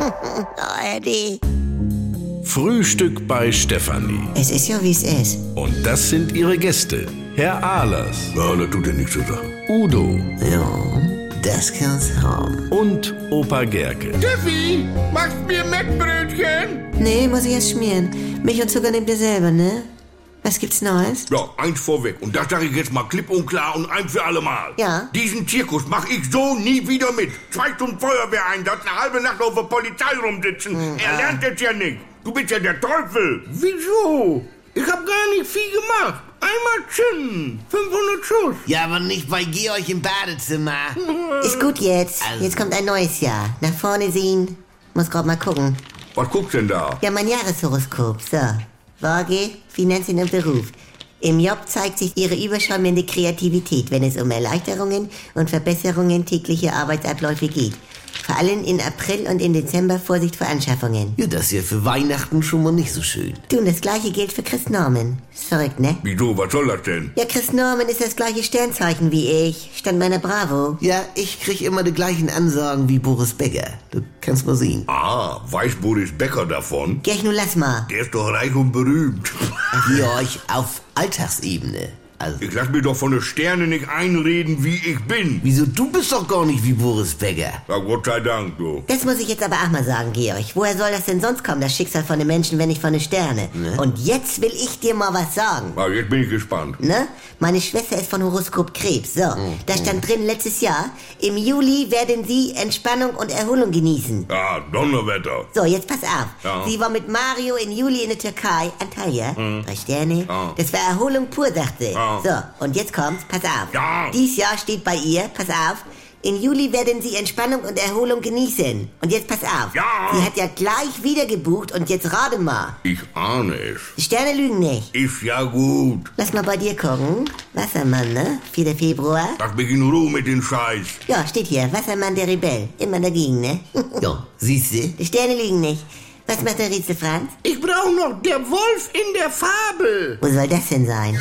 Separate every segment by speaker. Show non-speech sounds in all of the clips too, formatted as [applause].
Speaker 1: oh, Eddie.
Speaker 2: Frühstück bei Stefanie.
Speaker 1: Es ist ja, wie es ist.
Speaker 2: Und das sind ihre Gäste. Herr Ahlers,
Speaker 3: Ja, das tut dir nichts zu sagen.
Speaker 2: Udo
Speaker 1: Ja, das kann's haben.
Speaker 2: und Opa Gerke.
Speaker 4: Steffi, machst mir Mettbrötchen?
Speaker 1: Nee, muss ich erst schmieren. Milch und Zucker nehmt ihr selber, ne? Was gibt's Neues?
Speaker 3: Ja, eins vorweg. Und das sage ich jetzt mal klipp und klar und ein für alle Mal.
Speaker 1: Ja.
Speaker 3: Diesen Zirkus mache ich so nie wieder mit. Zwei Stunden Feuerwehreinsatz, eine halbe Nacht auf der Polizei rumsitzen. Er lernt es ja nicht. Du bist ja der Teufel.
Speaker 4: Wieso? Ich hab gar nicht viel gemacht. Einmal zünden. 500 Schuss.
Speaker 5: Ja, aber nicht bei Georg im Badezimmer.
Speaker 1: Ist gut jetzt. Jetzt kommt ein neues Jahr. Nach vorne sehen. Muss grad mal gucken.
Speaker 3: Was guckst denn da?
Speaker 1: Ja, mein Jahreshoroskop. So. Waage, Finanzen und Beruf. Im Job zeigt sich Ihre überschäumende Kreativität, wenn es um Erleichterungen und Verbesserungen täglicher Arbeitsabläufe geht. Vor allem in April und in Dezember Vorsicht vor Anschaffungen.
Speaker 5: Ja, das ist ja für Weihnachten schon mal nicht so schön.
Speaker 1: Du, und das gleiche gilt für Chris Norman. Ist verrückt, ne?
Speaker 3: Wieso, was soll das denn?
Speaker 1: Ja, Chris Norman ist das gleiche Sternzeichen wie ich. Stand meiner Bravo.
Speaker 5: Ja, ich krieg immer die gleichen Ansagen wie Boris Becker. Du kannst mal sehen.
Speaker 3: Ah, weiß Boris Becker davon?
Speaker 1: Geh ich nun lass mal.
Speaker 3: Der ist doch reich und berühmt.
Speaker 5: Georg auf Alltagsebene. Also,
Speaker 3: Ich lass mir doch von den Sternen nicht einreden, wie ich bin.
Speaker 5: wieso, du bist doch gar nicht wie Boris Becker.
Speaker 3: Ja, Gott sei Dank, du.
Speaker 1: Das muss ich jetzt aber auch mal sagen, Georg. Woher soll das denn sonst kommen, das Schicksal von den Menschen, wenn nicht von den Sternen? Und jetzt will ich dir mal was sagen.
Speaker 3: Ja, jetzt bin ich gespannt.
Speaker 1: Ne? Meine Schwester ist von Horoskop Krebs. So, da stand drin letztes Jahr, im Juli werden sie Entspannung und Erholung genießen.
Speaker 3: Ja, Donnerwetter.
Speaker 1: So, jetzt pass auf.
Speaker 3: Ja.
Speaker 1: Sie war mit Mario in Juli in der Türkei, Antalya, drei Sterne.
Speaker 3: Mhm. Ja.
Speaker 1: Das war Erholung pur, sagt sie.
Speaker 3: Ja.
Speaker 1: So, und jetzt kommt's, pass auf.
Speaker 3: Ja.
Speaker 1: Dies Jahr steht bei ihr, pass auf, in Juli werden sie Entspannung und Erholung genießen. Und jetzt pass auf.
Speaker 3: Ja.
Speaker 1: Sie hat ja gleich wieder gebucht und jetzt rate mal.
Speaker 3: Ich ahne es.
Speaker 1: Die Sterne lügen nicht.
Speaker 3: Ist ja gut.
Speaker 1: Lass mal bei dir gucken. Wassermann, ne? 4. Februar.
Speaker 3: Lass mich in Ruhe mit den Scheiß.
Speaker 1: Ja, steht hier. Wassermann der Rebell. Immer dagegen, ne? [laughs]
Speaker 5: Ja, siehst du?
Speaker 1: Die Sterne liegen nicht. Was macht der Rätsel Franz?
Speaker 4: Ich brauch noch der Wolf in der Fabel.
Speaker 1: Wo soll das denn sein?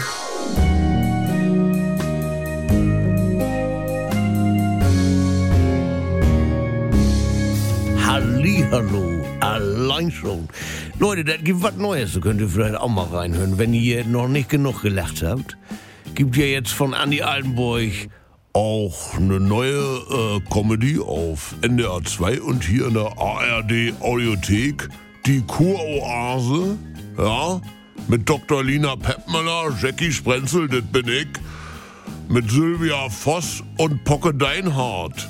Speaker 6: Hallihallo, allein schon. Leute, das gibt was Neues, da könnt ihr vielleicht auch mal reinhören, wenn ihr noch nicht genug gelacht habt. Gibt ja jetzt von Andy Altenburg auch eine neue äh, Comedy auf NDR 2 und hier in der ARD Audiothek, die Kuroase, ja, mit Dr. Lina Peppmüller, Jackie Sprenzel, das bin ich mit Sylvia Voss und Pocke Deinhardt.